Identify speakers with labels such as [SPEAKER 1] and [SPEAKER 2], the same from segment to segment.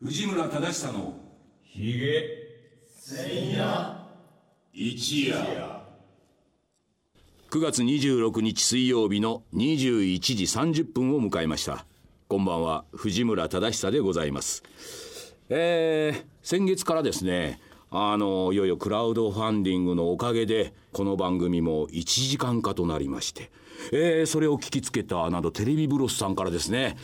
[SPEAKER 1] 藤村忠久の
[SPEAKER 2] ひげ
[SPEAKER 1] 一夜
[SPEAKER 3] 9月26日水曜日の21時30分を迎えましたこんばんは藤村忠久でございますえー先月からですねあのいよいよクラウドファンディングのおかげでこの番組も1時間化となりまして、えーそれを聞きつけたなどテレビブロスさんからですね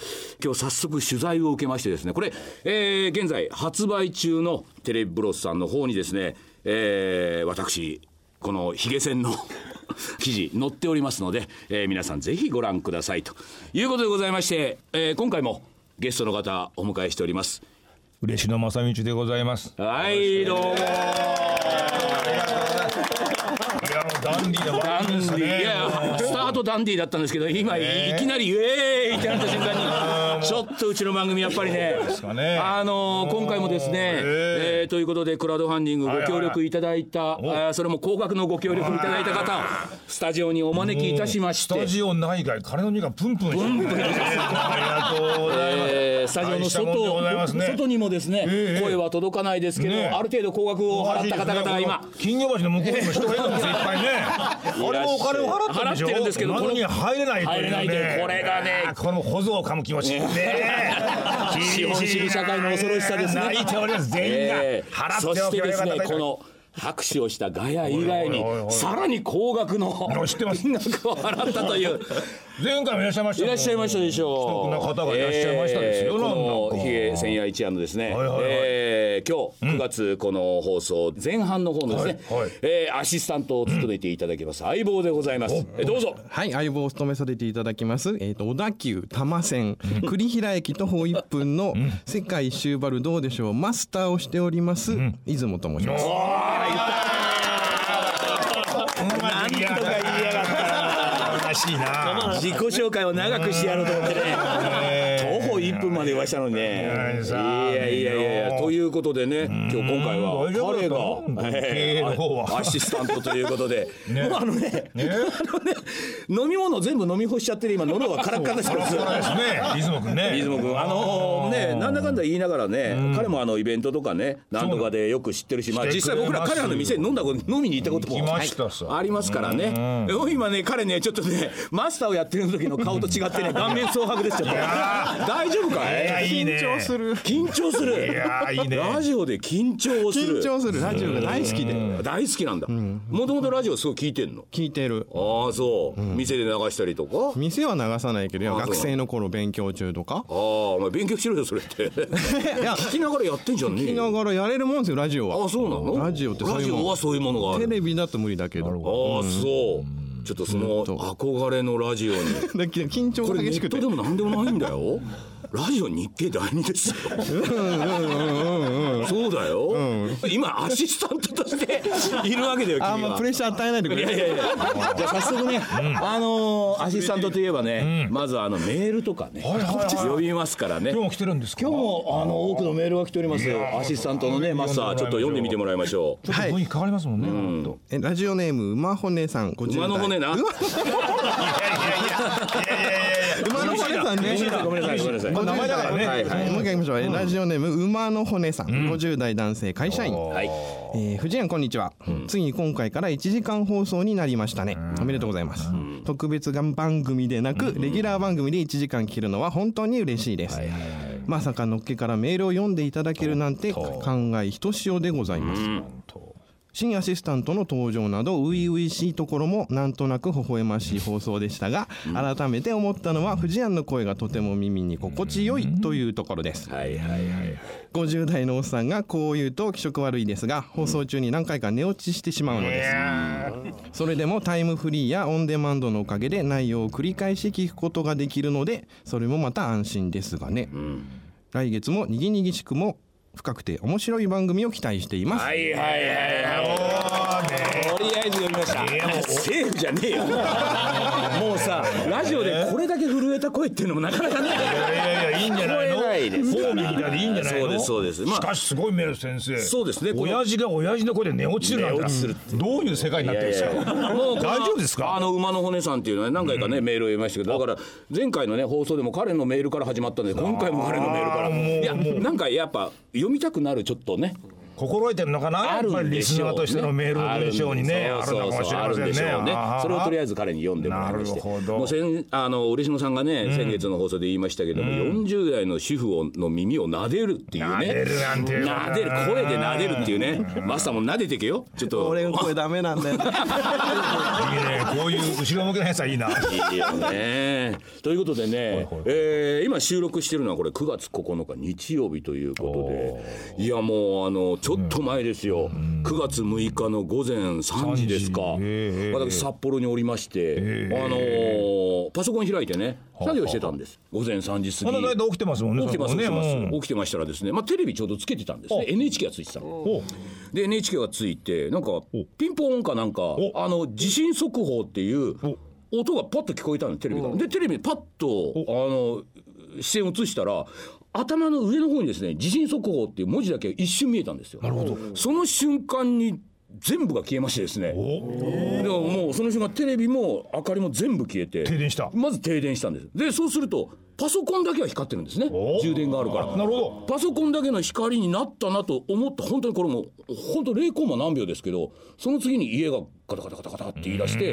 [SPEAKER 3] 今日早速取材を受けましてですねこれ、えー現在発売中のテレビブロスさんの方にですね、えー私このヒゲ線の 記事載っておりますので、えー皆さんぜひご覧くださいということでございまして、えー今回もゲストの方お迎えしております
[SPEAKER 2] 嬉野正道でございます
[SPEAKER 3] はいどうも
[SPEAKER 2] これあのダンディーな
[SPEAKER 3] ダ
[SPEAKER 2] 番
[SPEAKER 3] ンデ
[SPEAKER 2] 組でした
[SPEAKER 3] ィい
[SPEAKER 2] ね
[SPEAKER 3] やスタートダンディだったんですけど今いいきなり「イエーイ!」ってなった瞬間 にちょっとうちの番組やっぱりね
[SPEAKER 2] すかね
[SPEAKER 3] あのー今回もですね
[SPEAKER 2] え
[SPEAKER 3] えーということでクラウドファンディングご協力いただいたあーそれも高額のご協力いただいた方をスタジオにお招きいたしまし
[SPEAKER 2] スタ
[SPEAKER 3] て
[SPEAKER 2] ジオ内外金の匂いがプンプンしてるありがとうございます、
[SPEAKER 3] えースタジオの
[SPEAKER 2] 大したもんでございま
[SPEAKER 3] 外
[SPEAKER 2] すね
[SPEAKER 3] 外にもですね
[SPEAKER 2] ええ
[SPEAKER 3] 声は届かないですけど
[SPEAKER 2] ねえ
[SPEAKER 3] ある程度高額を払った方々が今
[SPEAKER 2] 金魚橋の向こうにも人がいるんですよいっぱいねあれもお金を払ってるでしょ
[SPEAKER 3] 払ってるんですけど
[SPEAKER 2] なのに入れないというね
[SPEAKER 3] 入れないというこれがね
[SPEAKER 2] あーこの保存を噛む気持ちねえ
[SPEAKER 3] 資本主義社会の恐ろしさですね
[SPEAKER 2] 泣いております全員が
[SPEAKER 3] ええ
[SPEAKER 2] 払って
[SPEAKER 3] そ
[SPEAKER 2] お
[SPEAKER 3] してで
[SPEAKER 2] けばよか
[SPEAKER 3] す
[SPEAKER 2] った
[SPEAKER 3] ねこの拍手をしたガヤ以外
[SPEAKER 2] おいおいおいお
[SPEAKER 3] に
[SPEAKER 2] い
[SPEAKER 3] さらに高額の
[SPEAKER 2] 知ってます
[SPEAKER 3] 金額を払ったという
[SPEAKER 2] 前回もいらっしゃいました
[SPEAKER 3] い
[SPEAKER 2] よ
[SPEAKER 3] らっしゃいましたでしょう
[SPEAKER 2] 既得な方がいらっしゃいましたです
[SPEAKER 3] え
[SPEAKER 2] よ
[SPEAKER 3] ーこ
[SPEAKER 2] なん
[SPEAKER 3] の
[SPEAKER 2] だか
[SPEAKER 3] ヒゲ千夜一夜のですね、
[SPEAKER 2] はいはいはい
[SPEAKER 3] えー今日9月この放送前半の方のですね、
[SPEAKER 2] はいはい
[SPEAKER 3] えーアシスタントを務めていただきます相棒でございますえーどうぞ
[SPEAKER 4] はい、相棒を務めさせていただきます。えっ、と、小田急多摩線、栗平駅徒歩1分の世界一周バルどうでしょう、マスターをしております、出雲と申します。
[SPEAKER 2] なんとか言いやがったな。らしいな。
[SPEAKER 3] 自己紹介を長くしてやろうと思ってね
[SPEAKER 2] え
[SPEAKER 3] 徒歩1分まで言わしたのにね
[SPEAKER 2] え
[SPEAKER 3] い
[SPEAKER 2] さあ
[SPEAKER 3] やいやいやいやということでね今日今回は
[SPEAKER 2] 大丈夫だ
[SPEAKER 3] 彼
[SPEAKER 2] と思うんだ
[SPEAKER 3] が
[SPEAKER 2] 経営の方は
[SPEAKER 3] えーアシスタントということで
[SPEAKER 2] ね
[SPEAKER 3] もうあのね
[SPEAKER 2] ね
[SPEAKER 3] あのね飲み物全部飲み干しちゃってる今喉がカラッカラですから
[SPEAKER 2] そうですね。出雲くんね。
[SPEAKER 3] 出雲君あのーねなんだかんだ言いながらね彼もあのイベントとかねなんとかでよく知ってるしまあ
[SPEAKER 2] 知って
[SPEAKER 3] 実
[SPEAKER 2] く
[SPEAKER 3] 際
[SPEAKER 2] れます
[SPEAKER 3] 僕ら彼らの店に飲んだこと飲みに行ったことも
[SPEAKER 2] 行きましたさ
[SPEAKER 3] はいありますからね今ね彼ねちょっとねマスターをやってる時の顔と違 ってね顔面蒼白ですよ大丈夫か
[SPEAKER 2] いや
[SPEAKER 3] い
[SPEAKER 2] いいね。
[SPEAKER 4] 緊張する。
[SPEAKER 3] 緊張する
[SPEAKER 2] いやいいね。
[SPEAKER 3] ラジオで緊張をする
[SPEAKER 4] 緊張する。ラジオが大好きで。
[SPEAKER 3] 大好きなんだもともとラジオすごい聞いてんの
[SPEAKER 4] 聞いてる。
[SPEAKER 3] ああそう店で流したりとか
[SPEAKER 4] 店は流さないけど、いや
[SPEAKER 3] あそう
[SPEAKER 4] 学生の頃勉強中とか。
[SPEAKER 3] ああお前勉強しろよそれって 聞きながらやってんじゃんねえ
[SPEAKER 4] 聞き
[SPEAKER 3] よ
[SPEAKER 4] ながらやれるもんですよ、ラジオは。
[SPEAKER 3] あそうなの
[SPEAKER 4] ラジオってそう
[SPEAKER 3] ラ
[SPEAKER 4] い
[SPEAKER 3] ジ
[SPEAKER 4] う
[SPEAKER 3] オ
[SPEAKER 4] も
[SPEAKER 3] はそういうものがあ
[SPEAKER 4] ん。テ
[SPEAKER 3] る
[SPEAKER 4] レビだと無理だけ
[SPEAKER 3] ああ
[SPEAKER 4] ど。
[SPEAKER 3] そうちょっとその憧れのラジオに
[SPEAKER 4] だけど緊張
[SPEAKER 3] こ
[SPEAKER 4] が
[SPEAKER 3] れネ
[SPEAKER 4] 激し
[SPEAKER 3] ッ
[SPEAKER 4] くて
[SPEAKER 3] トで。も何でもないんだよラジオ日経第二ですよそうだよ、今アシスタントと しているわけだよ君は
[SPEAKER 4] あんまプレッシャー与えないでく
[SPEAKER 3] い
[SPEAKER 4] れ
[SPEAKER 3] やい。やいや じゃあ早速ね、あのーアシスタントといえばね、まずあのメールとかね、
[SPEAKER 2] いはいはい
[SPEAKER 3] 呼びますからね
[SPEAKER 2] 今日も来てるんですか。
[SPEAKER 3] 今日もあの多くのメールが来ておりますよアシスタントのねマスターちょっと読んでみてもらいましょう
[SPEAKER 2] ちょっと雰囲気変わりますもんね。ほんと
[SPEAKER 4] えラジオネーム馬骨さん50代
[SPEAKER 3] 馬の骨な
[SPEAKER 4] 馬馬の骨さんね
[SPEAKER 3] ごめんなさいごめんなさい
[SPEAKER 2] これ名前だからね
[SPEAKER 3] はいはい
[SPEAKER 4] もう一回行きましょう、えラジオネーム馬の骨さん、50代男性会社員、
[SPEAKER 3] はい
[SPEAKER 4] えー、藤谷こんにちは、ついに今回から1時間放送になりましたね、おめでとうございます、特別番組でなく、レギュラー番組で1時間聞けるのは本当に嬉しいです、まさかのっけからメールを読んでいただけるなんて感慨ひとしおでございます、新アシスタントの登場など初々しいところもなんとなく微笑ましい放送でしたが改めて思ったのは藤庵の声がとても耳に心地よいというところです
[SPEAKER 3] はいはいはい
[SPEAKER 4] 50代のおっさんがこう言うと気色悪いですが放送中に何回か寝落ちしてしまうのですそれでもタイムフリーやオンデマンドのおかげで内容を繰り返し聞くことができるのでそれもまた安心ですがね来月もにぎにぎしくも深くて面白い番組を期待しています
[SPEAKER 3] はいはいはいはいとりあえず読みましたセーフじゃねえよもうさラジオでこれだけ震えた声っていうのもなかなかね
[SPEAKER 2] いやいやいやいいんじゃないの。
[SPEAKER 3] 聞こえないいですから
[SPEAKER 2] 神戸左でいいんじゃないの
[SPEAKER 3] そうですそうですまあ
[SPEAKER 2] しかしすごいメル先生
[SPEAKER 3] そうですねこの
[SPEAKER 2] 親父が親父の声で寝落ちするなんて
[SPEAKER 3] 寝落ちするって
[SPEAKER 2] どういう世界になってるんですか
[SPEAKER 3] いやいやいやもうこの
[SPEAKER 2] 大丈夫ですか
[SPEAKER 3] あの馬の骨さんっていうのはね何回かね、メールを読みましたけどだから前回のね放送でも彼のメールから始まったんで今回も彼のメールから
[SPEAKER 2] あーもう
[SPEAKER 3] いやなんかやっぱ読みたくなるちょっとね
[SPEAKER 2] 心得てるのかな
[SPEAKER 3] あ
[SPEAKER 2] やっ
[SPEAKER 3] る
[SPEAKER 2] ぱ
[SPEAKER 3] ん
[SPEAKER 2] り
[SPEAKER 3] で
[SPEAKER 2] リス
[SPEAKER 3] しょう、
[SPEAKER 2] ナ
[SPEAKER 3] ね、
[SPEAKER 2] ーとしてのメールの文章にねある
[SPEAKER 3] そう
[SPEAKER 2] のか
[SPEAKER 3] そう
[SPEAKER 2] もし
[SPEAKER 3] そう
[SPEAKER 2] れ
[SPEAKER 3] あ
[SPEAKER 2] ま
[SPEAKER 3] るん
[SPEAKER 2] せん
[SPEAKER 3] でしょうね
[SPEAKER 2] ね
[SPEAKER 3] それをとりあ
[SPEAKER 2] え
[SPEAKER 3] えず彼に読んでもらいまして
[SPEAKER 2] なるほど
[SPEAKER 3] もう先あの折島さんがね、先月の放送で言いましたけども、40代の主婦をの耳を撫でるっていうね
[SPEAKER 2] 撫でるなんていうのは
[SPEAKER 3] 撫でる声で撫でるっていうねマスターも撫でてけよちょっと
[SPEAKER 4] 俺の声ダメなんだよ
[SPEAKER 2] いいねこういう後ろ向きのやつはいいな
[SPEAKER 3] いいよね。ということでね、えー今収録してるのはこれ9月9日日曜日ということで、いやもうあのちょっと前ですよ。9月6日の午前3時ですか。
[SPEAKER 2] 3時ええ
[SPEAKER 3] 私札幌におりまして、あのーパソコン開いてね作業してたんです。午前3時過
[SPEAKER 2] こ
[SPEAKER 3] ぎ
[SPEAKER 2] の。間起きてますもんね
[SPEAKER 3] 起きてます
[SPEAKER 2] そ
[SPEAKER 3] 起き
[SPEAKER 2] れ
[SPEAKER 3] て
[SPEAKER 2] も
[SPEAKER 3] ま
[SPEAKER 2] ね
[SPEAKER 3] す起きてましたらですね、まあ、テレビちょうどつけてたんですね NHK がついてたの
[SPEAKER 2] うんお
[SPEAKER 3] で NHK がついてなんかピンポーンかなんかあの地震速報っていう音がパッと聞こえたのテレビからでテレビパッとあの視線を移したら頭の上の方にですね地震速報っていう文字だけ一瞬見えたんですよなるほどその瞬間に全部が消えましてですねでももうその瞬間テレビも明かりも全部消えて
[SPEAKER 2] 停電した
[SPEAKER 3] まず停電したんですでそうするとパソコンだけは光ってるんですね
[SPEAKER 2] お
[SPEAKER 3] 充電があるから
[SPEAKER 2] なるほど
[SPEAKER 3] パソコンだけの光になったなと思った本当にこれも本当0コマ何秒ですけどその次に家がガタガタガタガタって言い出して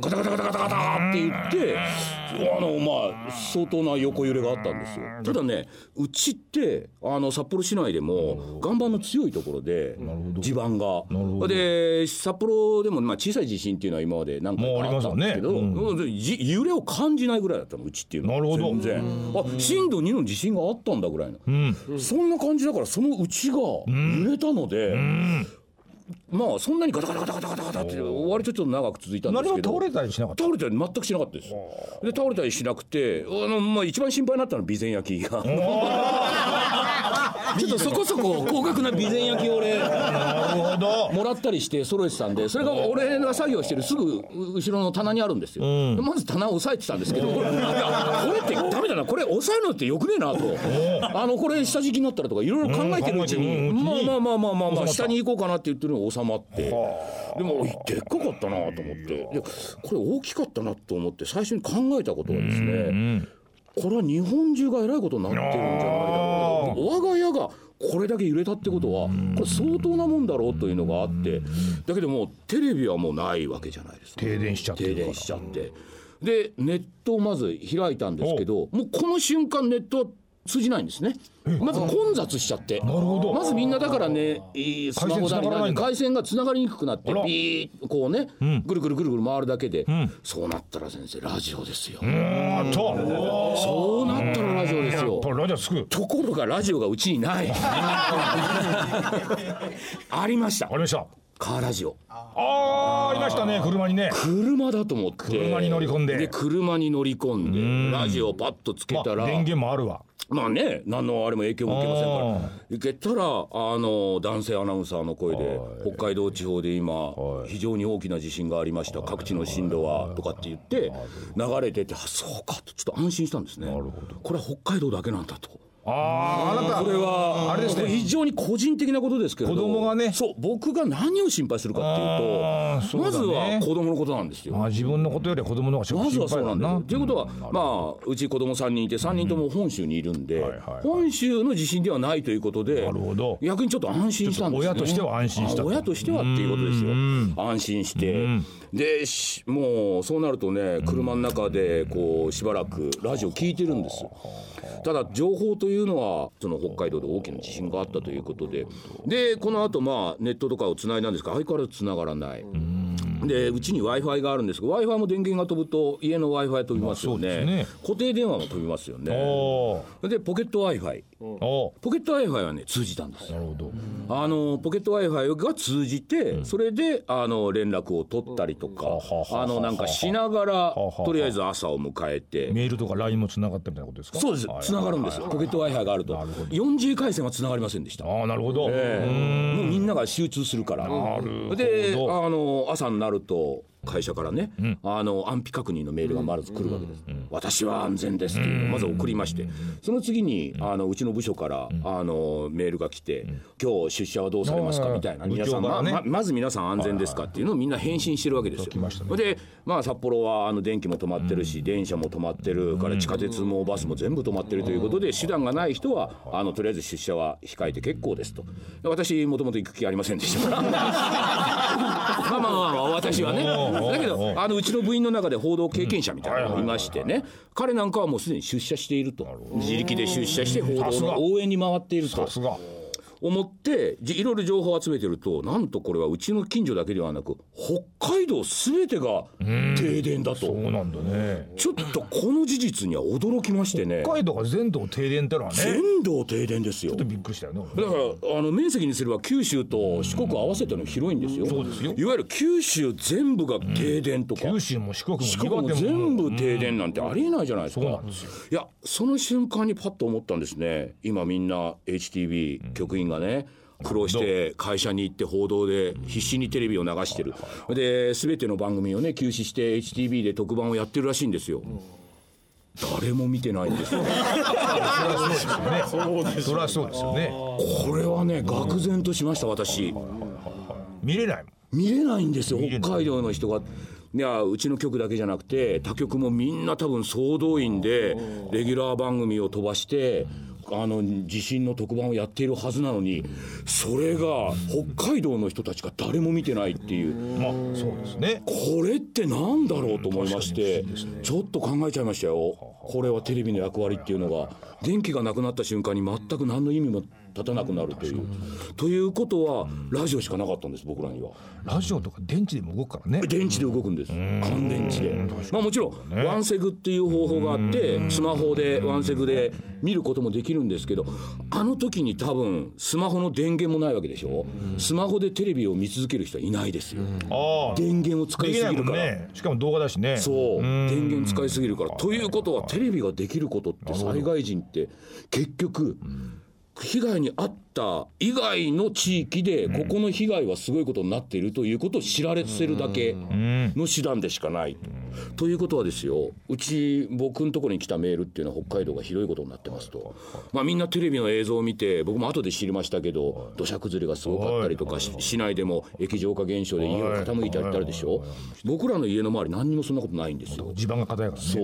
[SPEAKER 3] ガタガタガタガタガタって言ってあのまあ相当な横揺れがあったんですよただねうちってあの札幌市内でも岩盤の強いところで地盤がで札幌でもまあ小さい地震っていうのは今まで何回かあったんですけど
[SPEAKER 2] もうありま
[SPEAKER 3] う
[SPEAKER 2] す
[SPEAKER 3] んでじ揺れを感じないぐらいだったのうちっていうのは
[SPEAKER 2] なるほど
[SPEAKER 3] 全然あ震度2の地震があったんだぐらいの、そんな感じだからそのうちが揺れたので、まあそんなにガタガタガタガタガタガタって割とちょっと長く続いたんです
[SPEAKER 2] 何
[SPEAKER 3] け
[SPEAKER 2] も
[SPEAKER 3] ど
[SPEAKER 2] 倒れたりしなかった
[SPEAKER 3] 倒れたり全くしなかったですで倒れたりしなくてあの、まあ、一番心配になったのは備前焼きが ちょっとそこそこ高額な備前焼きを俺
[SPEAKER 2] なるほど
[SPEAKER 3] もらったりして揃えてたんでそれが俺が作業してるすぐ後ろの棚にあるんですよ、でまず棚を押さえてたんですけどこれいやこれってダメだなこれ押さえるのってよくねえなとあのこれ下敷きになったらとかいろいろ考えてるうちに、
[SPEAKER 2] うん考えてるうちに
[SPEAKER 3] まあまあまあまあまあ、まあ、下に行こうかなって言ってるのが収まってでもおいでっかかったなと思ってでこれ大きかったなと思って最初に考えたことはですね、これは日本中がえらいことになってるんじゃないだろうな我が家がこれだけ揺れたってことはこれ相当なもんだろうというのがあってだけどもうテレビはもうないわけじゃないですか
[SPEAKER 2] 停電しちゃって
[SPEAKER 3] 停
[SPEAKER 2] るから
[SPEAKER 3] 電しちゃってでネットをまず開いたんですけどもうこの瞬間ネットは通じないんですねまず混雑しちゃってまずみんなだからねいいスマホだりなんで回線がつながりにくくなって
[SPEAKER 2] ら
[SPEAKER 3] ビーッこうねぐるぐるぐるぐる回るだけでそうなったら先生ラジオですよ
[SPEAKER 2] あと
[SPEAKER 3] そうなったらラジオですよ
[SPEAKER 2] これラジオつく
[SPEAKER 3] ところがラジオがうちにないありました
[SPEAKER 2] ありました
[SPEAKER 3] カーラジオ
[SPEAKER 2] あーいましたね車にね
[SPEAKER 3] 車だと思って
[SPEAKER 2] 車に乗り込んで
[SPEAKER 3] で車に乗り込んでラジオパッとつけ
[SPEAKER 2] まあ
[SPEAKER 3] たら、
[SPEAKER 2] 電源もあるわ
[SPEAKER 3] まあね何のあれも影響も受けませんから受けたらあの男性アナウンサーの声で北海道地方で今非常に大きな地震がありました各地の震度はとかって言って流れててあそうかとちょっと安心したんですねこれは北海道だけなんだと。
[SPEAKER 2] あーあなた
[SPEAKER 3] これは
[SPEAKER 2] あれですね
[SPEAKER 3] こ非常に個人的なことですけれど
[SPEAKER 2] 子供がね
[SPEAKER 3] そう僕が何を心配するか
[SPEAKER 2] あー
[SPEAKER 3] っていうと
[SPEAKER 2] そうだ
[SPEAKER 3] まず
[SPEAKER 2] ね
[SPEAKER 3] は子供のことなんですよ
[SPEAKER 2] まあ自分のことよりは子供の方が
[SPEAKER 3] まず
[SPEAKER 2] 心
[SPEAKER 3] はそ
[SPEAKER 2] 配
[SPEAKER 3] う
[SPEAKER 2] だ
[SPEAKER 3] なんですよ。ということは、まあ、うち子供3人いて、3人とも本州にいるんで、本州の地震ではないということで、
[SPEAKER 2] るほど
[SPEAKER 3] 逆にちょっと安心したんですね。
[SPEAKER 2] ちょっと親としては安心した
[SPEAKER 3] あ
[SPEAKER 2] と
[SPEAKER 3] 親としてはっていうことですよ。安心して。で、しもう、そうなるとね、車の中で、こう、しばらくラジオ聞いてるんです。ただ、情報というのは、その北海道で大きな地震があったということで、で、この後、まあ、ネットとかをつないだんですが、相変わらず繋がらない。でうちに w i f i があるんですけど w i f i も電源が飛ぶと家の w i f i 飛びますよ
[SPEAKER 2] まあ
[SPEAKER 3] ね,、
[SPEAKER 2] そうですね
[SPEAKER 3] 固定電話も飛びますよね
[SPEAKER 2] お
[SPEAKER 3] でポケット w i f i
[SPEAKER 2] ーお
[SPEAKER 3] ポケット w i f i はね通じたんですよ
[SPEAKER 2] ーなるほど
[SPEAKER 3] あのポケット w i f i が通じて、それであの連絡を取ったりとか、
[SPEAKER 2] はは
[SPEAKER 3] あのなんかしながら、
[SPEAKER 2] はは
[SPEAKER 3] とりあえず朝を迎えて、
[SPEAKER 2] メールとか LINE もつながってみたいなことですか
[SPEAKER 3] そうです
[SPEAKER 2] はい
[SPEAKER 3] 繋がるんですよ、ポケット w i f i があると 4G 回線は繋がりませんでした
[SPEAKER 2] ああなるほど
[SPEAKER 3] ええもうみんなが集中するから。
[SPEAKER 2] なるほど
[SPEAKER 3] であの朝になると会社からね、あの安否確認のメールがまず来るわけです、私は安全ですっていうのをまず送りまして、その次にあのうちの部署から、あのメールが来て、今日出社はどうされますかみたいな、
[SPEAKER 2] うん
[SPEAKER 3] 皆さん、
[SPEAKER 2] 部長か
[SPEAKER 3] ま
[SPEAKER 2] ら
[SPEAKER 3] ま
[SPEAKER 2] ね
[SPEAKER 3] まず皆さん安全ですかっていうのをみんな返信してるわけですよ。で、まあ、札幌はあの電気も止まってるし、電車も止まってるから地下鉄もバスも全部止まってるということで、手段がない人はあのとりあえず出社は控えて結構ですとで私もともと行く気ありませんでしたからまあまあまあまあ私はねだけどあのうちの部員の中で報道経験者みたいなのがいましてね彼なんかはもうすでに出社していると自力で出社して報道の応援に回っていると
[SPEAKER 2] さ。すが
[SPEAKER 3] 思ってじいろいろ情報を集めてるとなんとこれはうちの近所だけではなく北海道全てが停電だと
[SPEAKER 2] そうなんだね
[SPEAKER 3] ちょっとこの事実には驚きましてね
[SPEAKER 2] 北海道が全土停電ってのはねちょ
[SPEAKER 3] 全道停電ですよ
[SPEAKER 2] っとびっくりしたよね
[SPEAKER 3] だからあの面積にすれば九州と四国合わせての広いんですよ
[SPEAKER 2] そうですよ
[SPEAKER 3] いわゆる九州全部が停電とか、
[SPEAKER 2] 九州も四国も
[SPEAKER 3] 四国も全部停電なんてありえないじゃないですか、
[SPEAKER 2] そうなんですよ
[SPEAKER 3] いやその瞬間にパッと思ったんですね今みんな HTB 局員がね、苦労して会社に行って報道で必死にテレビを流してる、で全ての番組をね休止して HTB で特番をやってるらしいんですよ、誰も見てないん ですよ
[SPEAKER 2] そりゃそうですよね
[SPEAKER 3] これはね愕然としました私
[SPEAKER 2] 見れないもん
[SPEAKER 3] 見れないんですよ
[SPEAKER 2] れない
[SPEAKER 3] 北海道の人が。いやうちの局だけじゃなくて他局もみんな多分総動員でレギュラー番組を飛ばしてあの地震の特番をやっているはずなのにそれが北海道の人たちが誰も見てないっていう
[SPEAKER 2] まあそうですね
[SPEAKER 3] これってなんだろうと思いましてちょっと考えちゃいましたよこれはテレビの役割っていうのが電気がなくなった瞬間に全く何の意味も立たなくなるという。ということはラジオしかなかったんです僕らには。
[SPEAKER 2] ラジオとか電池でも動くからね
[SPEAKER 3] 電池で動くんです乾電池で、まあ、もちろんワンセグっていう方法があってスマホでワンセグで見ることもできるんですけどあの時に多分スマホの電源もないわけでしょスマホでテレビを見続ける人はいないですよ
[SPEAKER 2] ああ
[SPEAKER 3] 電源を使
[SPEAKER 2] で
[SPEAKER 3] い
[SPEAKER 2] き
[SPEAKER 3] す
[SPEAKER 2] ない
[SPEAKER 3] ぎる
[SPEAKER 2] もん
[SPEAKER 3] から
[SPEAKER 2] ねしかも動画だしね
[SPEAKER 3] そう電源使いすぎるからということはテレビができることって災害人って結局被害に遭った以外の地域でここの被害はすごいことになっているということを知らせるだけの手段でしかないということはですようち僕のところに来たメールっていうのは北海道がひどいことになってますとまあみんなテレビの映像を見て僕も後で知りましたけど土砂崩れがすごかったりとかし市内でも液状化現象で家が傾いたりってあるでしょ僕らの家の周り何にもそんなことないんですよ。
[SPEAKER 2] 地盤が硬いからね
[SPEAKER 3] そ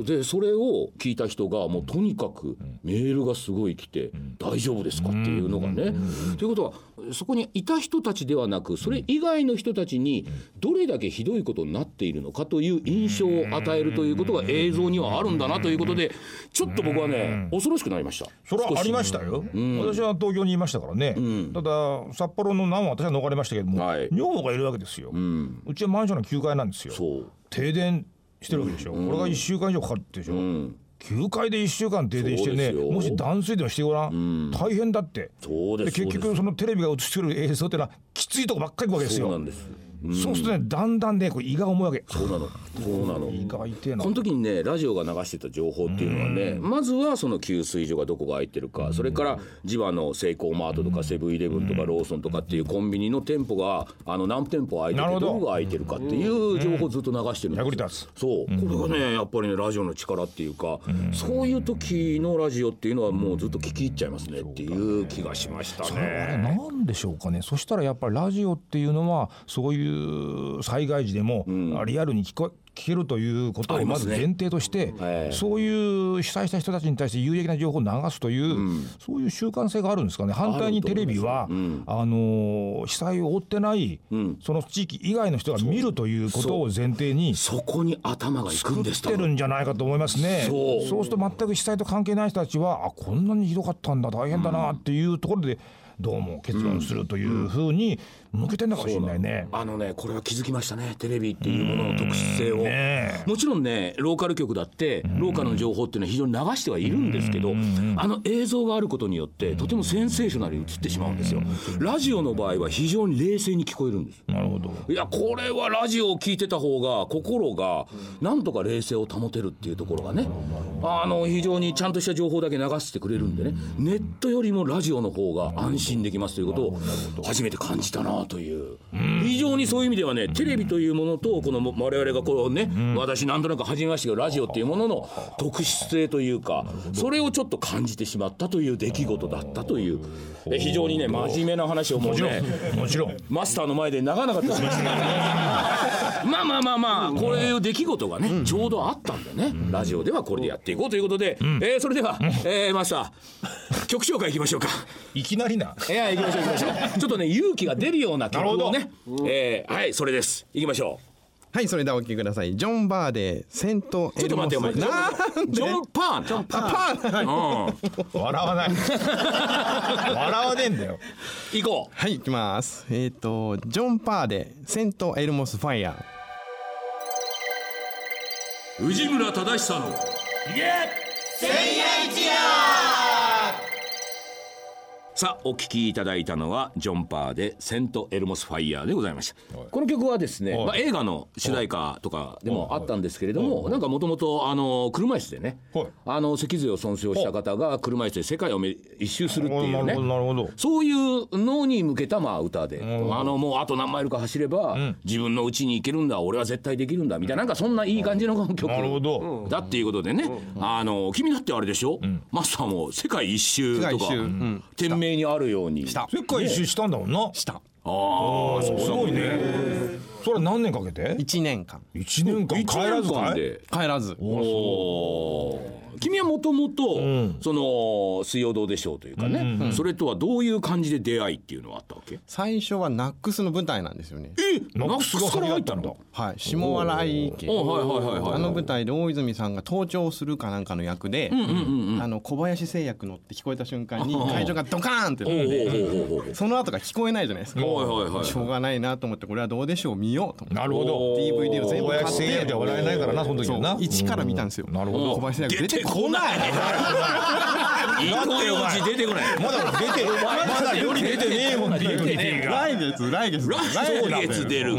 [SPEAKER 3] うでそれを聞いた人がもうとにかくメールがすごい来て「大丈夫ですか?」っていうのがね。ということはそこにいた人たちではなくそれ以外の人たちにどれだけひどいことになっているのかという印象を与えるということが映像にはあるんだなということでちょっと僕はね恐ろしくなりました。
[SPEAKER 2] それはありましたよ、私は東京にいましたからね、ただ札幌の難は私は逃れましたけども、
[SPEAKER 3] はい
[SPEAKER 2] 女房がいるわけですよ、うちはマンションの9階なんですよ
[SPEAKER 3] そう
[SPEAKER 2] 停電してるわけでしょ、これが1週間以上かかってるでしょ、9階で1週間停電してね
[SPEAKER 3] そうですよ
[SPEAKER 2] もし断水でもしてごらん、大変だって
[SPEAKER 3] そうです
[SPEAKER 2] 結
[SPEAKER 3] そう
[SPEAKER 2] 局そのテレビが映してる映像ってのはきついとこばっかり行くわけです
[SPEAKER 3] そう
[SPEAKER 2] よ
[SPEAKER 3] なんです。
[SPEAKER 2] そうするとねだんだんねこう胃が重いわけ
[SPEAKER 3] そうなの。そうなの。
[SPEAKER 2] 胃が痛えな
[SPEAKER 3] この時にねラジオが流してた情報っていうのはねまずはその給水所がどこが空いてるかそれから地場のセイコーマートとかセブンイレブンとかローソンとかっていうコンビニの店舗があの何店舗空いてて
[SPEAKER 2] なる
[SPEAKER 3] ど
[SPEAKER 2] ほど
[SPEAKER 3] こが空いてるかっていう情報をずっと流してるんですよ
[SPEAKER 2] 役に立つ
[SPEAKER 3] そうこれがねやっぱりねラジオの力っていうかそういう時のラジオっていうのはもうずっと聞き入っちゃいますねっていう気がしましたね。
[SPEAKER 2] なんでしょうかねそしたらやっぱりラジオっていうのはそういう災害時でも、あリアルに聞こ聞けるということ
[SPEAKER 3] あり
[SPEAKER 2] を
[SPEAKER 3] ま
[SPEAKER 2] ますず
[SPEAKER 3] ね
[SPEAKER 2] 前提として、
[SPEAKER 3] ええ
[SPEAKER 2] そういう被災した人たちに対して有益な情報を流すという、そういう習慣性があるんですかね反対にテレビはあ、のー被災を負ってない、その地域以外の人が見るということを前提に
[SPEAKER 3] そこに頭がいくんです
[SPEAKER 2] 作ってるんじゃないかと思いますね
[SPEAKER 3] そう
[SPEAKER 2] すると全く被災と関係ない人たちはあこんなにひどかったんだ大変だなっていうところでどうも結論するというふうに向けてんだかもしれないね。
[SPEAKER 3] あのねこれは気づきましたねテレビっていうものの特殊性を、
[SPEAKER 2] ね
[SPEAKER 3] もちろんねローカル局だってローカルの情報っていうのは非常に流してはいるんですけどあの映像があることによってとてもセンセーショナルに映ってしまうんですよラジオの場合は非常に冷静に聞こえるんです
[SPEAKER 2] なるほど
[SPEAKER 3] いやこれはラジオを聞いてた方が心がなんとか冷静を保てるっていうところがねあの非常にちゃんとした情報だけ流してくれるんでね、ネットよりもラジオの方が安心できますということを初めて感じたなという、非常にそういう意味ではね、テレビというものと、この我々がこうね、私、なんとなく始めましたけど、ラジオっていうものの特殊性というか、それをちょっと感じてしまったという出来事だったという、え非常にね、真面目な話をもうね。
[SPEAKER 2] もちろん
[SPEAKER 3] マスターの前で長々としましたけどねまあまあまあまあこういう出来事がねちょうどあったんでねラジオではこれでやっていこうということでえーそれではえーマスター曲紹介いきましょうか
[SPEAKER 2] いきなりない
[SPEAKER 3] やいきましょういきましょ うちょっとね勇気が出るような曲をねえーはいそれですいきましょう
[SPEAKER 4] はい、それではお聞きください。ジョン・バーデー、セント・
[SPEAKER 3] ちょ
[SPEAKER 4] エ
[SPEAKER 3] っと
[SPEAKER 4] ル
[SPEAKER 3] 待っ
[SPEAKER 4] モ
[SPEAKER 3] て
[SPEAKER 4] ス。
[SPEAKER 3] お前ジョン
[SPEAKER 4] なん
[SPEAKER 3] ジョン・パージョン・パーン
[SPEAKER 2] 笑わない 笑わねえんだよ
[SPEAKER 3] 行こう
[SPEAKER 4] はい、いきます。えっ、と、ジョン・パーデー、セント・エルモス・ファイア
[SPEAKER 3] 藤村忠久のさあお聞きいただいたのはジョン・パーで「セント・エルモス・ファイヤー」でございましたこの曲はですね、まあ、映画の主題歌とかでもあったんですけれどもなんかもともとあの車椅子でね
[SPEAKER 2] はい
[SPEAKER 3] あの脊髄を損傷した方が車椅子で世界をめ一周するっていう
[SPEAKER 2] な
[SPEAKER 3] ね
[SPEAKER 2] るほどなるほど
[SPEAKER 3] そういうのに向けたまあ歌で、あのもうあと何マイルか走れば、自分の家に行けるんだ俺は絶対できるんだみたいななんかそんないい感じの曲
[SPEAKER 2] なるほど
[SPEAKER 3] だっていうことでね、あの君だってあれでしょ、マスターも世界一周と
[SPEAKER 4] 世界一
[SPEAKER 3] か、
[SPEAKER 4] 周うん
[SPEAKER 3] 天命にあるように
[SPEAKER 4] した。
[SPEAKER 2] 世界一周したんだもんなした
[SPEAKER 3] ああそう
[SPEAKER 2] すごいねそれは何年かけて
[SPEAKER 4] 1年間。
[SPEAKER 2] 一年間
[SPEAKER 3] 一
[SPEAKER 2] 帰らず
[SPEAKER 3] 年間
[SPEAKER 2] かい
[SPEAKER 3] で
[SPEAKER 4] 帰らず。
[SPEAKER 3] おおー君はもともとその「水曜どうでしょう」というかね、それとはどういう感じで出会いっていうのはあったわけ
[SPEAKER 4] 最初はナックスの舞台なんですよね。
[SPEAKER 3] え
[SPEAKER 2] ナックスが
[SPEAKER 3] ナックスから
[SPEAKER 2] 先だ
[SPEAKER 3] 入
[SPEAKER 2] っ
[SPEAKER 3] ったた
[SPEAKER 2] ん
[SPEAKER 3] ん
[SPEAKER 2] だ
[SPEAKER 3] だ
[SPEAKER 4] はい、下荒井家。
[SPEAKER 3] おはいはいはいはい
[SPEAKER 4] あの舞台で大泉さんが盗聴するかなんかの役で、あの小林製薬のって聞こえた瞬間に会場がドカーンってなっ
[SPEAKER 3] お
[SPEAKER 4] て、その後が聞こえないじゃないですか。
[SPEAKER 3] おはいはいはい
[SPEAKER 4] しょうがないなと思って、これはどうでしょう見ようと思って。
[SPEAKER 2] なるほど
[SPEAKER 4] DVD を全部
[SPEAKER 2] 親父
[SPEAKER 4] 買っ
[SPEAKER 2] せいや
[SPEAKER 4] て
[SPEAKER 2] では笑えないからなその時はな
[SPEAKER 4] 一から見たんですよ。
[SPEAKER 2] なるほど
[SPEAKER 4] 小林製薬
[SPEAKER 3] 出
[SPEAKER 4] 出て
[SPEAKER 3] てこない伊藤洋治出てこない
[SPEAKER 2] まだ出てまだより出てねえもんっていう
[SPEAKER 3] 出てねえ
[SPEAKER 2] が
[SPEAKER 4] 来月来月
[SPEAKER 3] ラスト月出る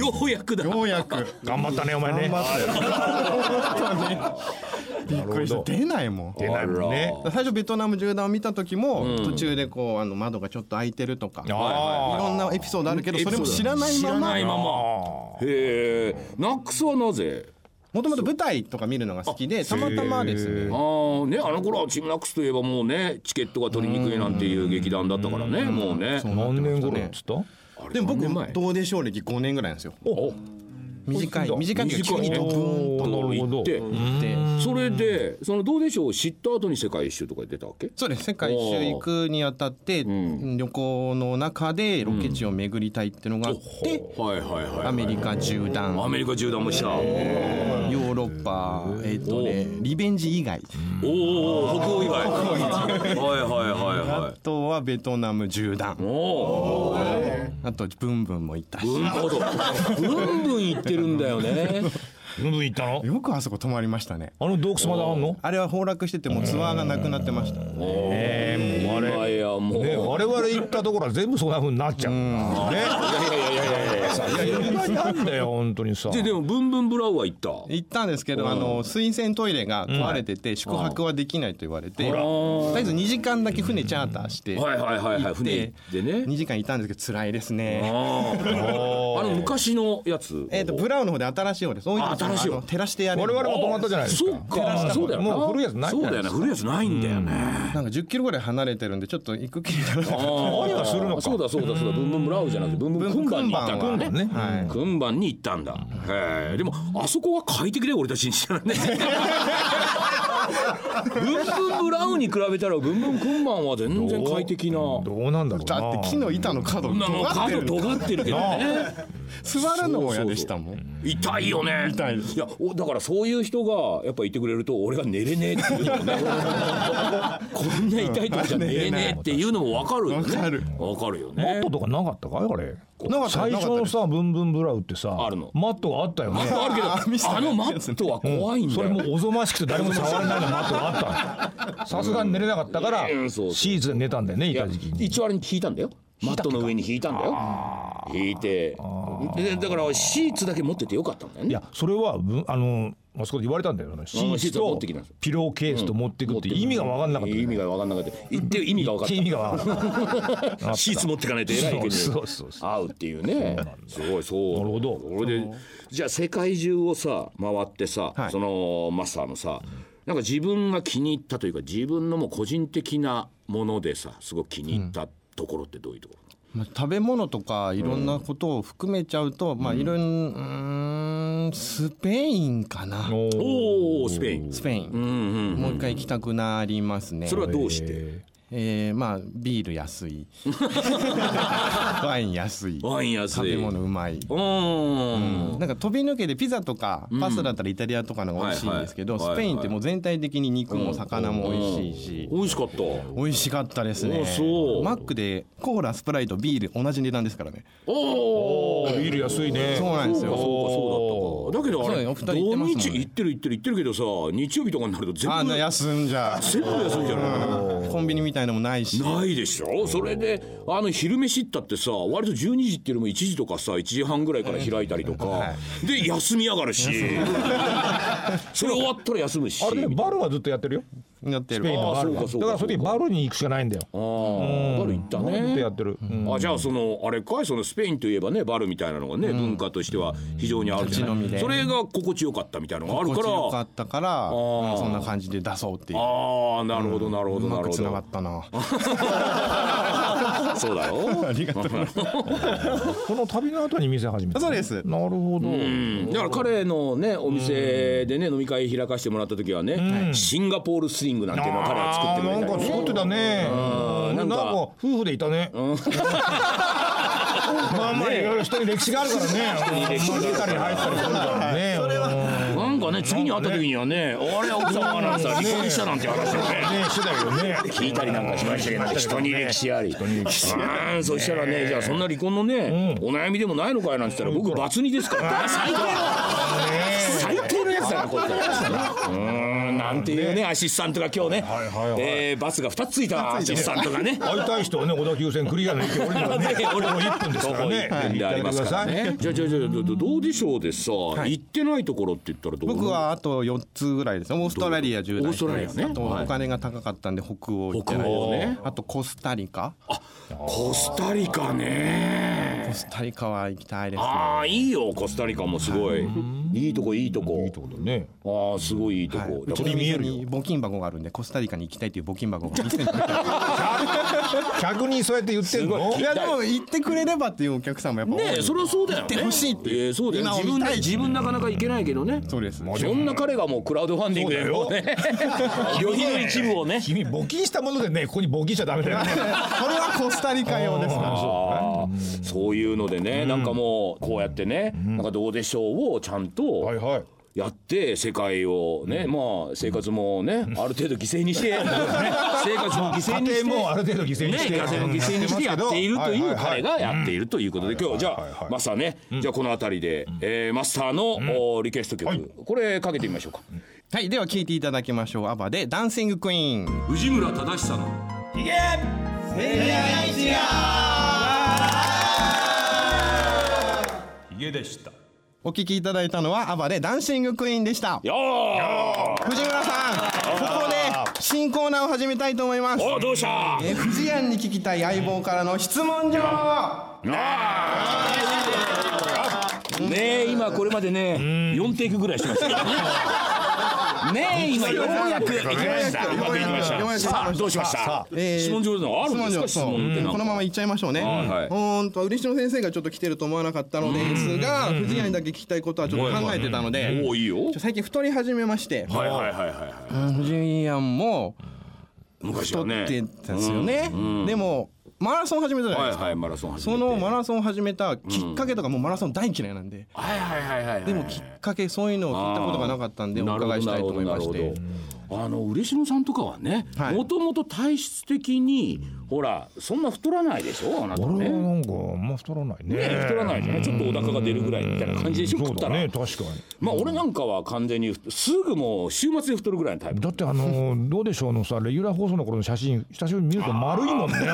[SPEAKER 3] ようやくだ
[SPEAKER 4] よう やく
[SPEAKER 2] 頑張ったねお前ね
[SPEAKER 4] 頑張ってびっくりした出ないもん
[SPEAKER 2] 出ないもんね
[SPEAKER 4] 最初ベトナム縦断を見た時も途中でこうあの窓がちょっと開いてるとかい
[SPEAKER 2] あ
[SPEAKER 4] ろんなエピソードあるけどそれも知らないまま
[SPEAKER 3] ないままへえナックスはなぜ
[SPEAKER 4] もともと舞台とか見るのが好きでたまたまですね
[SPEAKER 3] ああねあの頃はチームナックスといえばもうねチケットが取りにくいなんていう劇団だったからねもうね
[SPEAKER 2] あ何年頃っつった
[SPEAKER 3] あれ
[SPEAKER 4] でも
[SPEAKER 3] 何年前
[SPEAKER 4] 僕どうでしょう歴5年ぐらいなんですよ
[SPEAKER 3] お
[SPEAKER 4] 短い短いけど急に
[SPEAKER 3] 短い
[SPEAKER 4] ドブーンと
[SPEAKER 2] なるほ
[SPEAKER 3] 行
[SPEAKER 2] ど
[SPEAKER 3] って
[SPEAKER 4] 行って
[SPEAKER 3] それでそのどうでしょう知った後に世界一周とかに出たわけ
[SPEAKER 4] そうです世界一周行くにあたって旅行の中でロケ地を巡りたいっていうのがあって
[SPEAKER 3] はいはいはい
[SPEAKER 4] アメリカ縦断
[SPEAKER 3] アメリカ縦断もした
[SPEAKER 4] ヨーロッパ、えっ、とね、リベンジ以外。
[SPEAKER 3] おお北欧以外はいはいはいは
[SPEAKER 4] あとはベトナム縦
[SPEAKER 3] い
[SPEAKER 4] 断。
[SPEAKER 3] おお
[SPEAKER 4] あとブンブンも行ったし。
[SPEAKER 3] ブンブ ンブンブン行ってるんだよね
[SPEAKER 2] うんうん行ったの
[SPEAKER 4] よくあそこ泊まりましたね。
[SPEAKER 2] あの洞窟まだあんの
[SPEAKER 4] あれは崩落しててもうツアーがなくなってました。
[SPEAKER 3] ええもうあれいやもう
[SPEAKER 2] ね我々行ったところは全部そんな風になっちゃうね
[SPEAKER 3] いやいやいやいやいや
[SPEAKER 2] いや意外なんだよ本当にさ
[SPEAKER 3] ででもブンブンブラウは行った
[SPEAKER 4] 行ったんですけど、あの水洗トイレが壊れてて、宿泊はできないと言われて、とりあえず2時間だけ船チャーターして、
[SPEAKER 3] はいはいはいはい船でね
[SPEAKER 4] 2時間いたんですけど辛いですね。
[SPEAKER 3] あーあの昔のやつ
[SPEAKER 4] えっ、とブラウンの方で新しい方です。
[SPEAKER 3] あ新しい方
[SPEAKER 4] あの照らしてやる。
[SPEAKER 2] 我々も泊まったじゃないです
[SPEAKER 3] そ
[SPEAKER 2] か
[SPEAKER 3] っかそうだよな
[SPEAKER 2] もう古いやつない
[SPEAKER 3] そ
[SPEAKER 2] ん
[SPEAKER 3] う
[SPEAKER 2] じ
[SPEAKER 3] だ
[SPEAKER 2] ゃ
[SPEAKER 3] よね
[SPEAKER 2] ないです
[SPEAKER 3] 古いやつないんだよね
[SPEAKER 4] なんか10キロぐらい離れてるんでちょっと行く気にならなかった。
[SPEAKER 3] 何
[SPEAKER 2] はするのか
[SPEAKER 3] そうだそうだそうだブンブンブラウじゃなくてブンブンクンバンに行ったんだ
[SPEAKER 2] クンバンはね
[SPEAKER 4] はい
[SPEAKER 3] クンバンに行ったんだへえでもあそこは快適だよ俺たちにしたらねブンブンブラウに比べたらブンブンクンバンは全然快適な
[SPEAKER 2] どうなんだろうな
[SPEAKER 4] だって木の板の角
[SPEAKER 3] なの
[SPEAKER 4] 尖って
[SPEAKER 3] 角
[SPEAKER 4] る
[SPEAKER 3] 尖ってるけどね
[SPEAKER 4] 座るのも嫌でしたもん
[SPEAKER 3] 痛いよね
[SPEAKER 4] 痛いです
[SPEAKER 3] やおだからそういう人がやっぱいてくれると俺が寝れねえっていうのも ねこんな痛いとこじゃ寝れねえっていうのも分かるよね
[SPEAKER 4] わかる
[SPEAKER 3] 分かるよ
[SPEAKER 2] マ
[SPEAKER 3] ね
[SPEAKER 2] ットとかなかったかいあれ
[SPEAKER 4] なかった
[SPEAKER 2] 最初のさ「ブンブンブラウ」ってさ
[SPEAKER 3] あるの
[SPEAKER 2] マットがあったよね
[SPEAKER 3] あるけど
[SPEAKER 4] あ見せた
[SPEAKER 3] あのマットは怖いんだ
[SPEAKER 2] それ
[SPEAKER 3] よ、
[SPEAKER 2] もおぞましくて誰も触れないようなマットがあったのさすがに寝れなかったから
[SPEAKER 3] うんそうそう
[SPEAKER 2] シーズン寝たんだよねいた時期に
[SPEAKER 3] 一応あれに引いたんだよマットの上に引いたんだよ引いてでだからシーツだけ持っててよかったんだよ
[SPEAKER 2] い
[SPEAKER 3] ね
[SPEAKER 2] やそれはぶあのあそこで言われたんだよそのシ
[SPEAKER 3] シー
[SPEAKER 2] ー
[SPEAKER 3] ツ
[SPEAKER 2] ツ
[SPEAKER 3] を持
[SPEAKER 2] と
[SPEAKER 3] ってきなさい
[SPEAKER 2] ピローケースと持ってくって意味が分かんなかった
[SPEAKER 3] 意味が分かんなかった言って意味が分かった
[SPEAKER 2] 意味が分かんなかっ
[SPEAKER 3] シーツ持ってかないと偉い国に
[SPEAKER 2] そうそうそうそ
[SPEAKER 3] 合うっていうねすごいそう
[SPEAKER 2] なるほど
[SPEAKER 3] それでじゃあ世界中をさ回ってさ、
[SPEAKER 4] はい
[SPEAKER 3] そのマスターのさなんか自分が気に入ったというか自分のもう個人的なものでさすごく気に入ったところってどういうところ、
[SPEAKER 4] まあ食べ物とかいろんなことを含めちゃうと、まあいろいろうーんスペインかな
[SPEAKER 2] たおー
[SPEAKER 3] おおースペイン
[SPEAKER 4] スペイン、
[SPEAKER 3] うんうん
[SPEAKER 4] もう一回行きたくなりますね
[SPEAKER 3] それはどうして、
[SPEAKER 4] えーまあビール 安いワイン安い
[SPEAKER 3] ワイン安
[SPEAKER 4] 食
[SPEAKER 3] い
[SPEAKER 4] べ物うまい、
[SPEAKER 3] うーん
[SPEAKER 4] なんか飛び抜けてピザとかパスタだったらイタリアとかの方が美味しいんですけど、
[SPEAKER 3] はいはい
[SPEAKER 4] スペインってもう全体的に肉も魚も美味しいし、
[SPEAKER 3] 美味しかった
[SPEAKER 4] 美味しかったですね
[SPEAKER 3] おそう
[SPEAKER 4] マックでコーラスプライトビール同じ値段ですからね
[SPEAKER 3] おお
[SPEAKER 2] ビール安いね
[SPEAKER 4] そうなんですよ
[SPEAKER 3] そうかそうだったかだけどあ
[SPEAKER 4] そうだよ
[SPEAKER 3] れ土
[SPEAKER 4] お二人行ってますもんね
[SPEAKER 3] 日行ってる行ってる行ってるけどさ日曜日とかになると全
[SPEAKER 4] あん
[SPEAKER 3] 部
[SPEAKER 4] な休んじゃ
[SPEAKER 3] 全部休みじゃない
[SPEAKER 4] コンビニみたいのもないし
[SPEAKER 3] ないでしょそれであの昼飯行ったってさ割と12時っていうのも1時とかさ1時半ぐらいから開いたりとか、で休みやがるしそれ終わったら休むし
[SPEAKER 2] あれねバルはずっとやってるよ
[SPEAKER 4] やって
[SPEAKER 2] ス
[SPEAKER 4] る
[SPEAKER 2] ペインのバ
[SPEAKER 3] あそ
[SPEAKER 2] ルは
[SPEAKER 3] うかそうか
[SPEAKER 2] だからその時バルに行くしかないんだよ
[SPEAKER 3] あーバル行った
[SPEAKER 2] ずっとやっ
[SPEAKER 3] ね
[SPEAKER 2] てる、うん
[SPEAKER 3] あじゃあそのあれかいそのスペインといえばねバルみたいなのがね、文化としては非常にあるじゃ
[SPEAKER 4] 立ち
[SPEAKER 3] な
[SPEAKER 4] 飲み
[SPEAKER 3] い
[SPEAKER 4] で
[SPEAKER 3] それが心地よかったみたいなのがあるか
[SPEAKER 4] 心地
[SPEAKER 3] ら
[SPEAKER 4] よかったから
[SPEAKER 3] ー
[SPEAKER 4] うんそんな感じで出そうっていう
[SPEAKER 3] ああなるほどなるほど
[SPEAKER 4] う
[SPEAKER 3] な
[SPEAKER 4] ま
[SPEAKER 3] る
[SPEAKER 4] く
[SPEAKER 3] ほ
[SPEAKER 4] つなが
[SPEAKER 3] ど
[SPEAKER 4] ったな
[SPEAKER 3] そうだろ
[SPEAKER 4] ありがとう
[SPEAKER 2] この旅の後に店始めた
[SPEAKER 4] そうです
[SPEAKER 2] なるほど、
[SPEAKER 3] うんだから彼のねお店でね飲み会開かしてもらった時はねシンガポールスイングなんていうのを彼は作ってくれたり
[SPEAKER 2] あーなんか作ってたね
[SPEAKER 3] うん
[SPEAKER 2] なんか
[SPEAKER 3] なんか
[SPEAKER 2] 夫婦でいたね、まあまあいろいろ人に歴史があるからね
[SPEAKER 3] 歴史がある
[SPEAKER 2] 出たり入ったりするからねそれはね
[SPEAKER 3] なんかね次に会った時にはねあれ奥さんがさ離婚したなんて話をね
[SPEAKER 2] してたけどね
[SPEAKER 3] 聞いたりなんかしましたけど人に歴史ありうんそしたらねじゃあそんな離婚のねお悩みでもないのかいなんて言ったら僕バツ2ですから最低の最低のやつだなこいつうんなんていうねアシスタントが今日ね
[SPEAKER 2] はいはいはい
[SPEAKER 3] えーバツが2つついたアシスタントがね
[SPEAKER 2] 会いたい人はね小田急線クリアの駅降りたらね
[SPEAKER 3] ね俺も
[SPEAKER 2] 1分ですからね
[SPEAKER 3] 徒歩一分でありますから
[SPEAKER 2] 行ってあげ
[SPEAKER 3] ね
[SPEAKER 2] てください
[SPEAKER 3] じゃあじゃあじゃあどどどうでしょうでさ、行ってないところって言ったらどう
[SPEAKER 4] 僕はあと4つぐらいですねオーストラリア10代
[SPEAKER 3] オーストラリアね
[SPEAKER 4] あと
[SPEAKER 3] はい
[SPEAKER 4] お金が高かったんで北欧行って
[SPEAKER 3] 北欧ね
[SPEAKER 4] あとコスタリカ
[SPEAKER 3] コスタリカね
[SPEAKER 4] コスタリカは行きたいですね
[SPEAKER 3] ああいいよコスタリカもすごいいいとこいいとこ
[SPEAKER 2] いいとこだね
[SPEAKER 3] ああすごいいいとこ、だか
[SPEAKER 4] うち
[SPEAKER 3] ら
[SPEAKER 4] の店に募金箱があるんでコスタリカに行きたいという募金箱 が店にある
[SPEAKER 2] 客にそうやって言ってんの
[SPEAKER 4] いやでも行ってくれればっていうお客さんもやっぱ多い
[SPEAKER 3] ねえそれはそうだよね
[SPEAKER 4] 行ってほしいって
[SPEAKER 3] ええそうだよ
[SPEAKER 4] 今
[SPEAKER 3] 自
[SPEAKER 4] を見
[SPEAKER 3] 分
[SPEAKER 4] た
[SPEAKER 3] で
[SPEAKER 4] い
[SPEAKER 3] 自分なかなか行けないけどね
[SPEAKER 4] そうです
[SPEAKER 3] そんな彼がもうクラウドファンディングでもうね 旅費の一部をね
[SPEAKER 2] 君募金したものでねここに募金しちゃダメ だよね
[SPEAKER 4] それはコスタリカ用ですか
[SPEAKER 3] あーそういうのでね、なんかもうこうやってね、なんかどうでしょうをちゃん
[SPEAKER 2] はい
[SPEAKER 3] と
[SPEAKER 2] はい
[SPEAKER 3] やって世界をね、まあ生活もね、ある程度犠牲にして、生活も犠牲に
[SPEAKER 2] 家
[SPEAKER 3] して。
[SPEAKER 2] 庭もあ
[SPEAKER 3] ね
[SPEAKER 2] る程度犠牲にして、
[SPEAKER 3] 家庭も犠牲にしてやっているという彼がやっているということで今日じゃ
[SPEAKER 2] はいはいは
[SPEAKER 3] あ
[SPEAKER 2] い
[SPEAKER 3] マスターねじゃあこの辺りでえーマスターのおリクエスト曲これかけてみましょうか
[SPEAKER 4] はいでは聴いていただきましょうアバでダンシングクイーン
[SPEAKER 3] 藤村忠久の
[SPEAKER 1] 家でした
[SPEAKER 4] お聞きいただいたのはアバでダンシングクイーンでした
[SPEAKER 3] よー
[SPEAKER 4] 藤村さんここで新コーナーを始めたいと思います
[SPEAKER 3] おーどうした
[SPEAKER 4] えー藤庵に聞きたい相棒からの質問状
[SPEAKER 3] ねえ今これまでね4テイクぐらいしましたけどねねえ今ようやくいきましたうまくいきま
[SPEAKER 4] ようやくいきま
[SPEAKER 3] し
[SPEAKER 4] したた
[SPEAKER 3] さあどうしました質問上手なのあるんですか質
[SPEAKER 4] 質問
[SPEAKER 3] 問ってな
[SPEAKER 4] 状そう
[SPEAKER 3] ん
[SPEAKER 4] こ
[SPEAKER 3] か
[SPEAKER 4] のままいっちゃいましょうね
[SPEAKER 3] はいはいう
[SPEAKER 4] ーんと嬉野先生がちょっと来てると思わなかったのですが藤庵にだけ聞きたいことはちょっと考えてたので
[SPEAKER 3] おおいいよ
[SPEAKER 4] ちょ最近太り始めまして
[SPEAKER 3] はいはいはいはいは
[SPEAKER 4] うん藤庵も
[SPEAKER 3] い昔
[SPEAKER 4] 太
[SPEAKER 3] は
[SPEAKER 4] っ
[SPEAKER 3] ね
[SPEAKER 4] てたんですよねでもマラソン始めたじゃな
[SPEAKER 3] は
[SPEAKER 4] いで
[SPEAKER 3] い
[SPEAKER 4] すか
[SPEAKER 3] はいマラソン始めて
[SPEAKER 4] その
[SPEAKER 3] は
[SPEAKER 4] マラソン始めたきっかけとかもうマラソン大嫌いなんで
[SPEAKER 3] いはいはいはいはい
[SPEAKER 4] でもきっかけそういうのを聞いたことがなかったんでお伺いしたいと思いまし
[SPEAKER 3] なる
[SPEAKER 4] て
[SPEAKER 3] ほどなるほどあの嬉野さんとかはね
[SPEAKER 4] はい
[SPEAKER 3] もともと体質的にほらそんな太らないでしょあなた
[SPEAKER 2] 俺
[SPEAKER 3] ね。
[SPEAKER 2] はなんかあんま太らないね
[SPEAKER 3] ね太らないじゃないちょっとお腹が出るぐらいみたいな感じでしょ
[SPEAKER 2] そ
[SPEAKER 3] 食
[SPEAKER 2] う
[SPEAKER 3] った
[SPEAKER 2] だ
[SPEAKER 3] ら、
[SPEAKER 2] ね確かに
[SPEAKER 3] まあ俺なんかは完全にすぐもう週末で太るぐらいのタイプ
[SPEAKER 2] だってあの ーどうでしょうのさレギュラー放送の頃の写真久しぶりに見ると丸いもんねあ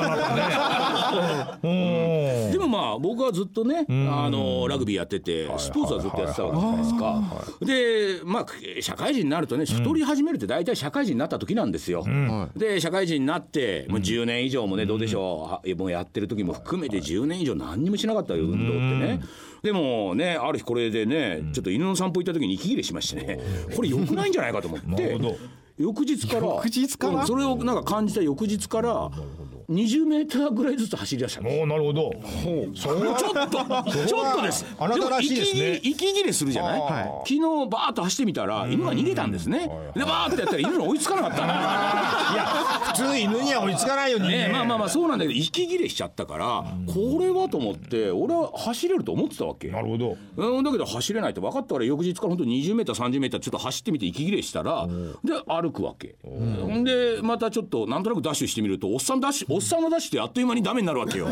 [SPEAKER 2] なたね うん
[SPEAKER 3] でもまあ僕はずっとね、あのラグビーやっててスポーツはずっとやってたわけじゃないですか。でまあ社会人になるとね太り始めるって大体社会人になった時なんですよ。で社会人になってもう10年以上もねどうでしょう、もうやってる時も含めて10年以上何にもしなかったよ運動ってね。でもねある日これでねちょっと犬の散歩行った時に息切れしましてねこれ良くないんじゃないかと思っ
[SPEAKER 2] なる
[SPEAKER 3] て
[SPEAKER 2] ほど。
[SPEAKER 3] 翌日から
[SPEAKER 4] 翌日から
[SPEAKER 3] うんそれをなんか感じた翌日から20メーターぐらいずつ走り出したの
[SPEAKER 2] おおなるほどそう
[SPEAKER 3] ちょっと、ちょっとです。
[SPEAKER 2] あなたらしいですね
[SPEAKER 3] も息切れ息切れするじゃない。
[SPEAKER 2] はい
[SPEAKER 3] 昨日バーッと走ってみたら、犬が逃げたんですね。で、バーッとやったら、犬が追いつかなかったの。
[SPEAKER 2] 普通犬には追いつかないよ
[SPEAKER 3] ね
[SPEAKER 2] ね
[SPEAKER 3] まあまあまあ、そうなんだけど、息切れしちゃったから、これはと思って、俺は走れると思ってたわけ。
[SPEAKER 2] なるほど
[SPEAKER 3] うん、だけど走れないって分かったから翌日から本当20メーター30メーターちょっと走ってみて息切れしたら、で歩くわけ、ん、でまたちょっとなんとなくダッシュしてみるとおっさんダッシュおっさんのダッシュってあっという間にダメになるわけ よ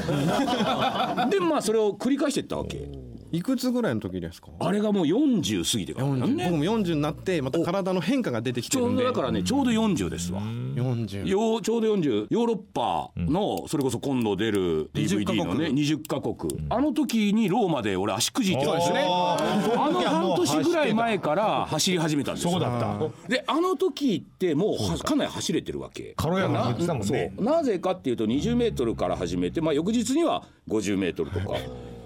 [SPEAKER 3] でまあそれを繰り返していったわけ
[SPEAKER 4] いくつぐらいの時ですか
[SPEAKER 3] あれがもう40過ぎてからなん
[SPEAKER 4] 40
[SPEAKER 3] ね
[SPEAKER 4] 僕も40になってまた体の変化が出てき
[SPEAKER 3] ち
[SPEAKER 4] て
[SPEAKER 3] ょ
[SPEAKER 4] る
[SPEAKER 3] うんど
[SPEAKER 4] で
[SPEAKER 3] だからねちょうど40ですわ。
[SPEAKER 4] 40
[SPEAKER 3] ようちょうど40ヨーロッパのそれこそ今度出る DVD のね20カ国あの時にローマで俺足くじってたんですね
[SPEAKER 2] あー
[SPEAKER 3] あの半年ぐらい前から走り始めたんですよ
[SPEAKER 2] そうだった
[SPEAKER 3] であの時ってもうはかなり走れてるわけ
[SPEAKER 2] 軽やかな言ってたもんね
[SPEAKER 3] そうなぜかっていうと20メートルから始めて、まあ、翌日には50メートルとか。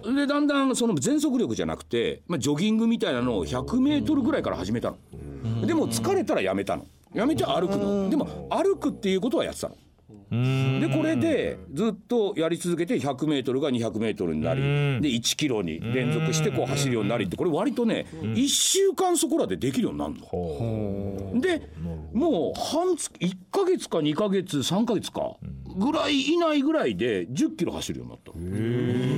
[SPEAKER 3] でだんだんその全速力じゃなくて、まあ、ジョギングみたいなのを100メートルぐらいから始めたのでも疲れたらやめたのやめて歩くのでも歩くっていうことはやってたのでこれでずっとやり続けて100メートルが200メートルになりで1キロに連続してこう走るようになりってこれ割とね1週間そこらでできるようになるのでもう半月1ヶ月か2ヶ月3ヶ月かぐらい以内ぐらいで10キロ走るようになっ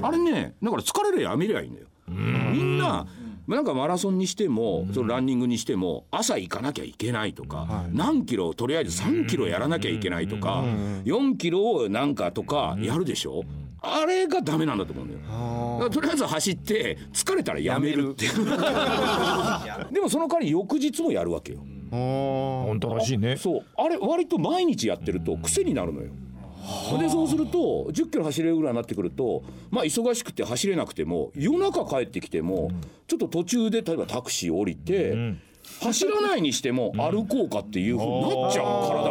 [SPEAKER 3] たあれねだから疲れるやめりゃいいんだよみんななんかマラソンにしてもそのランニングにしても朝行かなきゃいけないとか何キロとりあえず3キロやらなきゃいけないとか4キロをなんかとかやるでしょあれがダメなんだと思うんだよだからとりあえず走って疲れたらやめるっていう でもその代わり翌日もやるわけよ
[SPEAKER 2] 本当らしいね
[SPEAKER 3] そうあれ割と毎日やってると癖になるのよ。でそうすると10キロ走れるぐらいになってくるとまあ忙しくて走れなくても夜中帰ってきてもちょっと途中で例えばタクシー降りて走らないにしても歩こうかっていうふうになっちゃう体が。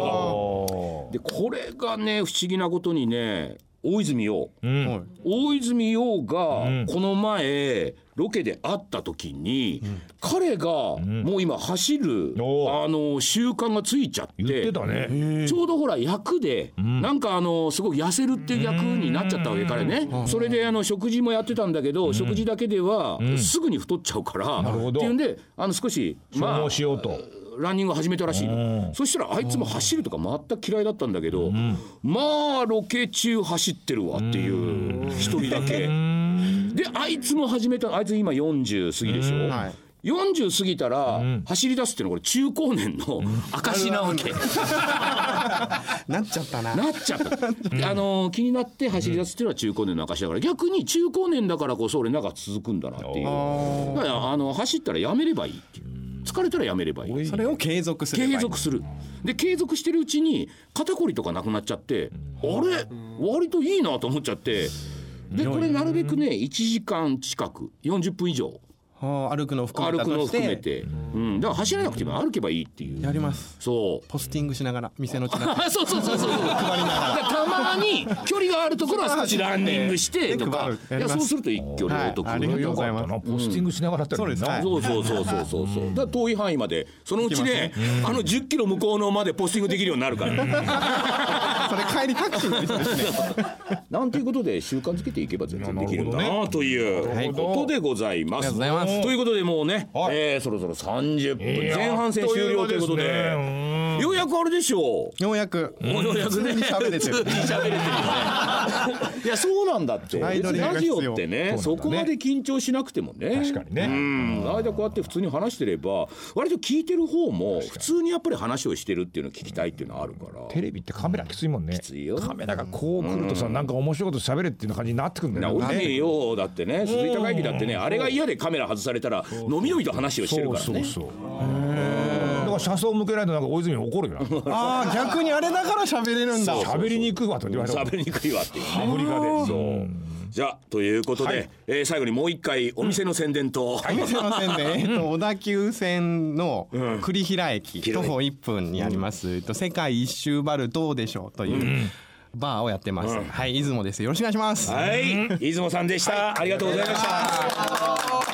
[SPEAKER 3] でこれがね不思議なことにね大泉洋
[SPEAKER 4] はい
[SPEAKER 3] 大泉洋がこの前ロケで会った時に彼がもう今走るあ
[SPEAKER 2] お
[SPEAKER 3] の習慣がついちゃって
[SPEAKER 2] 言ってたね
[SPEAKER 3] ちょうどほら役でなんかあのすごい痩せるっていう役になっちゃったわけ彼ねそれであの食事もやってたんだけど食事だけではすぐに太っちゃうから
[SPEAKER 2] るほ
[SPEAKER 3] っ
[SPEAKER 2] ど
[SPEAKER 3] ていうんであの少しま
[SPEAKER 2] 消
[SPEAKER 3] あ
[SPEAKER 2] 耗しようと
[SPEAKER 3] ランニングを始めたらしいのそしたらあいつも走るとか全く嫌いだったんだけど、まあロケ中走ってるわっていう一人だけであいつも始めたあいつ今40過ぎでしょ、
[SPEAKER 4] はい
[SPEAKER 3] 40過ぎたら走り出すっていうのはこれ中高年の証なわけ。
[SPEAKER 4] なっちゃったな
[SPEAKER 3] なっちゃった。あのー気になって走り出すっていうのは中高年の証だから、逆に中高年だからこそ俺なんか続くんだなっていう。だからあの走ったらやめればいいっていう。疲れたらやめればいい。
[SPEAKER 4] それを継続すればいい
[SPEAKER 3] 継続するで継続してるうちに肩こりとかなくなっちゃって、あれ割といいなと思っちゃってでこれなるべくね1時間近く40分以上
[SPEAKER 4] はあ歩くのを含
[SPEAKER 3] 歩
[SPEAKER 4] めた
[SPEAKER 3] くの
[SPEAKER 4] と
[SPEAKER 3] を
[SPEAKER 4] し
[SPEAKER 3] 含め
[SPEAKER 4] て
[SPEAKER 3] て、うん、だから走らなくても歩けばいいっていう
[SPEAKER 4] やります
[SPEAKER 3] そう
[SPEAKER 4] ポスティングしながら店の近く
[SPEAKER 3] あ そうそうそうそうそう。だから たまに距離があるところは少しランニングしてとか
[SPEAKER 4] で配る、
[SPEAKER 3] い
[SPEAKER 4] やり
[SPEAKER 3] や
[SPEAKER 4] ます
[SPEAKER 3] そうすると一挙両得。
[SPEAKER 4] はいありがとうございます
[SPEAKER 2] なポスティングしながらだったら
[SPEAKER 4] そうですはい
[SPEAKER 3] そうそうそうそうそうそう。だから遠い範囲までそのうちね、あの10キロ向こうのまでポスティングできるようになるから。
[SPEAKER 4] それ帰りタクシーの店ですね
[SPEAKER 3] なんていうことで習慣づけていけば全然できるんだなということでございます。
[SPEAKER 4] なるほどありがとうございます
[SPEAKER 3] ということでもうね、
[SPEAKER 2] はい
[SPEAKER 3] えーそろそろ30分
[SPEAKER 2] いや
[SPEAKER 3] 前半戦終了ということ
[SPEAKER 2] あっという間です
[SPEAKER 3] で、ようやくあれでしょう。
[SPEAKER 4] ようやく
[SPEAKER 3] もうようやくね
[SPEAKER 4] 普通に喋れてる
[SPEAKER 3] 普通に喋れてるよね いややそうなんだって
[SPEAKER 4] アイドリング
[SPEAKER 3] ラ
[SPEAKER 4] が
[SPEAKER 3] ジ
[SPEAKER 4] 必要
[SPEAKER 3] オってねそ
[SPEAKER 2] そうなんだね
[SPEAKER 3] こまで緊張しなくてもね
[SPEAKER 2] 確かにね
[SPEAKER 3] うん間こうやって普通に話してれば割と聞いてる方も普通にやっぱり話をしてるっていうのを聞きたいっていうのはあるから
[SPEAKER 2] テレビってカメラきついもんね。
[SPEAKER 3] ついよ
[SPEAKER 2] カメラがこう来るとさ、なんか面白いこと喋れっていう感じになってくるんだよ
[SPEAKER 3] 直
[SPEAKER 2] ね。
[SPEAKER 3] ねえよだってね鈴井貴之だってねあれが嫌でカメラ外されたらのみのみと話をしてる
[SPEAKER 2] そ
[SPEAKER 3] か
[SPEAKER 2] う
[SPEAKER 3] ら
[SPEAKER 2] そう
[SPEAKER 3] ね
[SPEAKER 2] そう。だから車窓向けないとなんか大泉怒るよな。
[SPEAKER 4] ああ逆にあれだから喋れるんだ
[SPEAKER 2] 喋りにくいわと言われた。
[SPEAKER 3] 喋りにくいわっていうね
[SPEAKER 2] アフリカで。そう。
[SPEAKER 3] じゃあということで、えー最後にもう一回お店の宣伝と、
[SPEAKER 4] すいません ね、えっと、小田急線の栗平駅徒歩1分にあります、えっと、世界一周バルどうでしょうというバーをやってます、はい出雲ですよろしくお願いします、
[SPEAKER 3] はい出雲さんでした、ありがとうございました。